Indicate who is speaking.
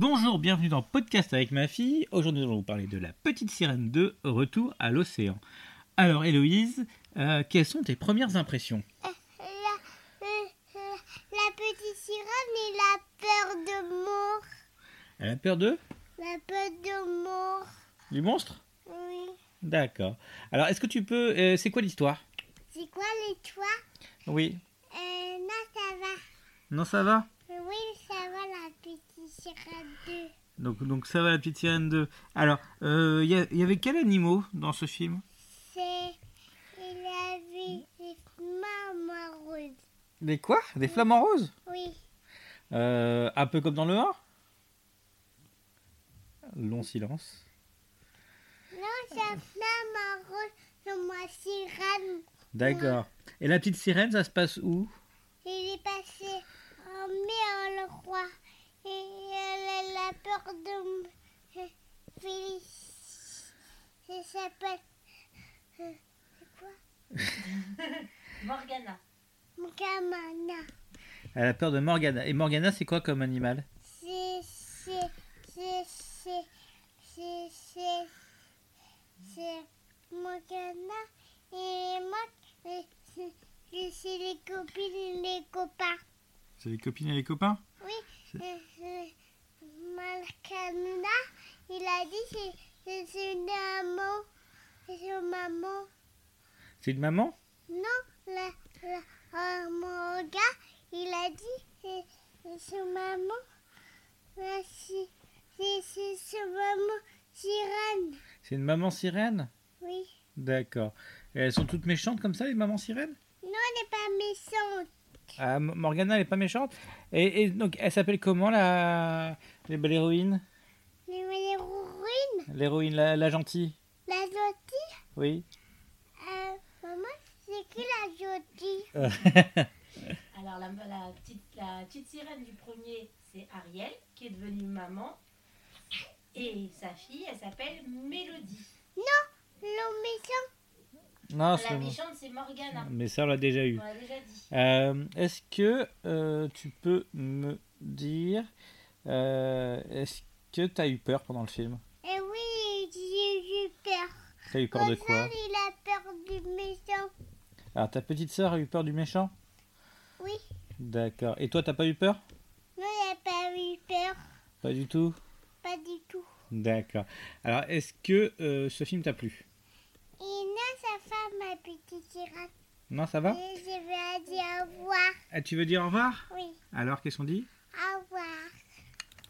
Speaker 1: Bonjour, bienvenue dans Podcast avec ma fille. Aujourd'hui, nous allons vous parler de La Petite Sirène 2, Retour à l'océan. Alors, Héloïse, euh, quelles sont tes premières impressions
Speaker 2: La, la- la petite sirène, et la peur de mort.
Speaker 1: Elle a peur de
Speaker 2: La peur de mort.
Speaker 1: Du monstre
Speaker 2: Oui.
Speaker 1: D'accord. Alors, est-ce que tu peux... euh, c'est quoi l'histoire
Speaker 2: C'est quoi les toits
Speaker 1: Oui.
Speaker 2: euh, Non, ça va.
Speaker 1: Non, ça va
Speaker 2: Oui, ça va, la petite sirène 2.
Speaker 1: donc, donc, ça va, La Petite Sirène 2. Alors, il y, a- y avait quel animaux dans ce film
Speaker 2: C'est. Il avait des maman rose.
Speaker 1: Des quoi Des flamants roses
Speaker 2: Oui.
Speaker 1: Euh, un peu comme dans le 1 Long silence.
Speaker 2: Non, c'est maman rose. C'est moi, sirène.
Speaker 1: D'accord. Et la petite sirène, ça se passe où
Speaker 2: Il est passé en mai en le roi. Et elle a la peur de m- euh, Félix. Ça s'appelle
Speaker 3: Morgana.
Speaker 2: Mkamana.
Speaker 1: Elle a peur de Morgana. Et Morgana, c'est quoi comme animal
Speaker 2: C'est. C'est. C'est. C'est. C'est. C'est. C'est. Mkamana. Et moi, et c'est- et c'est les copines et les copains.
Speaker 1: C'est les copines et les copains
Speaker 2: Oui, euh, euh, Malkanuna, il a dit c'est- c'est c'est une maman. C'est une maman.
Speaker 1: C'est une maman
Speaker 2: Non, la, la, euh, mon gars, il a dit c'est c'est son maman. Euh, C'est c'est- c'est son maman, sirène.
Speaker 1: C'est une maman sirène
Speaker 2: Oui.
Speaker 1: D'accord. Et Elles sont toutes méchantes comme ça, les mamans sirènes
Speaker 2: Non, elle n'est pas méchante.
Speaker 1: ah, M- Morgana, elle est pas méchante. Et, et donc, elle s'appelle comment, la... bah, l'héroïne
Speaker 2: Mais elle est ruine.
Speaker 1: L'héroïne, la, la gentille
Speaker 2: La gentille,
Speaker 1: Oui.
Speaker 2: euh, maman, c'est qui la gentille
Speaker 3: Alors la, la petite, la petite sirène du premier, c'est Ariel, qui est devenue maman. Et sa fille, elle s'appelle Mélodie.
Speaker 2: L'homme méchant,
Speaker 1: Non,
Speaker 3: la
Speaker 1: Ah, c'est bon.
Speaker 3: méchante, c'est Morgana.
Speaker 1: Mais ça, on l'a déjà eu.
Speaker 3: On l'a déjà dit.
Speaker 1: Euh, est-ce que euh, tu peux me dire. euh, est-ce que t'as eu peur pendant le film
Speaker 2: et Eh oui, j'ai eu peur.
Speaker 1: T'as eu peur
Speaker 3: Bah,
Speaker 1: de
Speaker 2: Mon
Speaker 1: quoi
Speaker 2: frère, il a peur du méchant.
Speaker 1: Alors, ta petite sœur a eu peur du méchant
Speaker 2: Oui,
Speaker 1: D'accord. Et toi, t'as pas eu peur
Speaker 2: non, il a pas eu peur,
Speaker 1: Pas du tout
Speaker 2: pas du tout.
Speaker 1: D'accord. Alors, est-ce que euh, ce film t'a plu
Speaker 2: Et non, sa femme, ma petite
Speaker 1: Hein
Speaker 2: sirène.
Speaker 1: Non, ça va
Speaker 2: Et je vais dire au revoir.
Speaker 1: Ah, Tu veux dire au revoir
Speaker 2: Oui,
Speaker 1: Alors, qu'est-ce qu'on dit